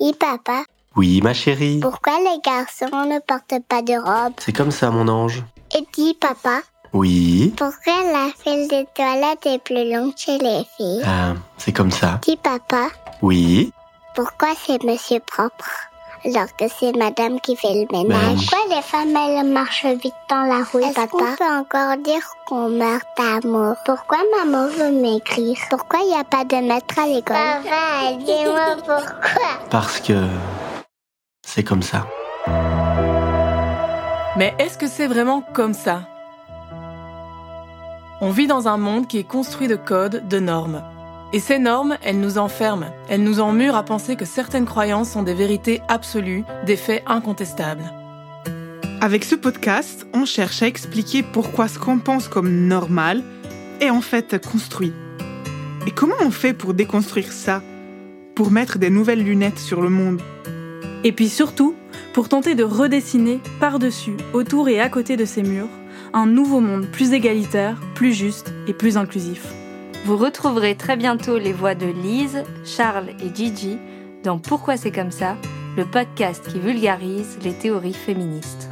Oui, papa. Oui, ma chérie. Pourquoi les garçons ne portent pas de robe C'est comme ça, mon ange. Et dis, papa, Oui. pourquoi la file des toilettes est plus longue chez les filles Ah, c'est comme ça. Dis, papa, Oui. pourquoi c'est monsieur propre alors que c'est madame qui fait le ménage. Mais- Pourquoi les femmes, elles marchent vite dans la rue, Est-ce qu'on peut encore dire qu'on meurt d'amour Pourquoi maman veut maigrir Pourquoi il n'y a pas de maître à l'école Papa, dis-moi pourquoi. Parce que... C'est comme ça. Mais est-ce que c'est vraiment comme ça On vit dans un monde qui est construit de codes, de normes. Et ces normes, elles nous enferment, elles nous emmurent à penser que certaines croyances sont des vérités absolues, des faits incontestables. Avec ce podcast, on cherche à expliquer pourquoi ce qu'on pense comme normal est en fait construit. Et comment on fait pour déconstruire ça Pour mettre des nouvelles lunettes sur le monde Et puis surtout, pour tenter de redessiner par-dessus, autour et à côté de ces murs, un nouveau monde plus égalitaire, plus juste et plus inclusif. Vous retrouverez très bientôt les voix de Lise, Charles et Gigi dans Pourquoi c'est comme ça, le podcast qui vulgarise les théories féministes.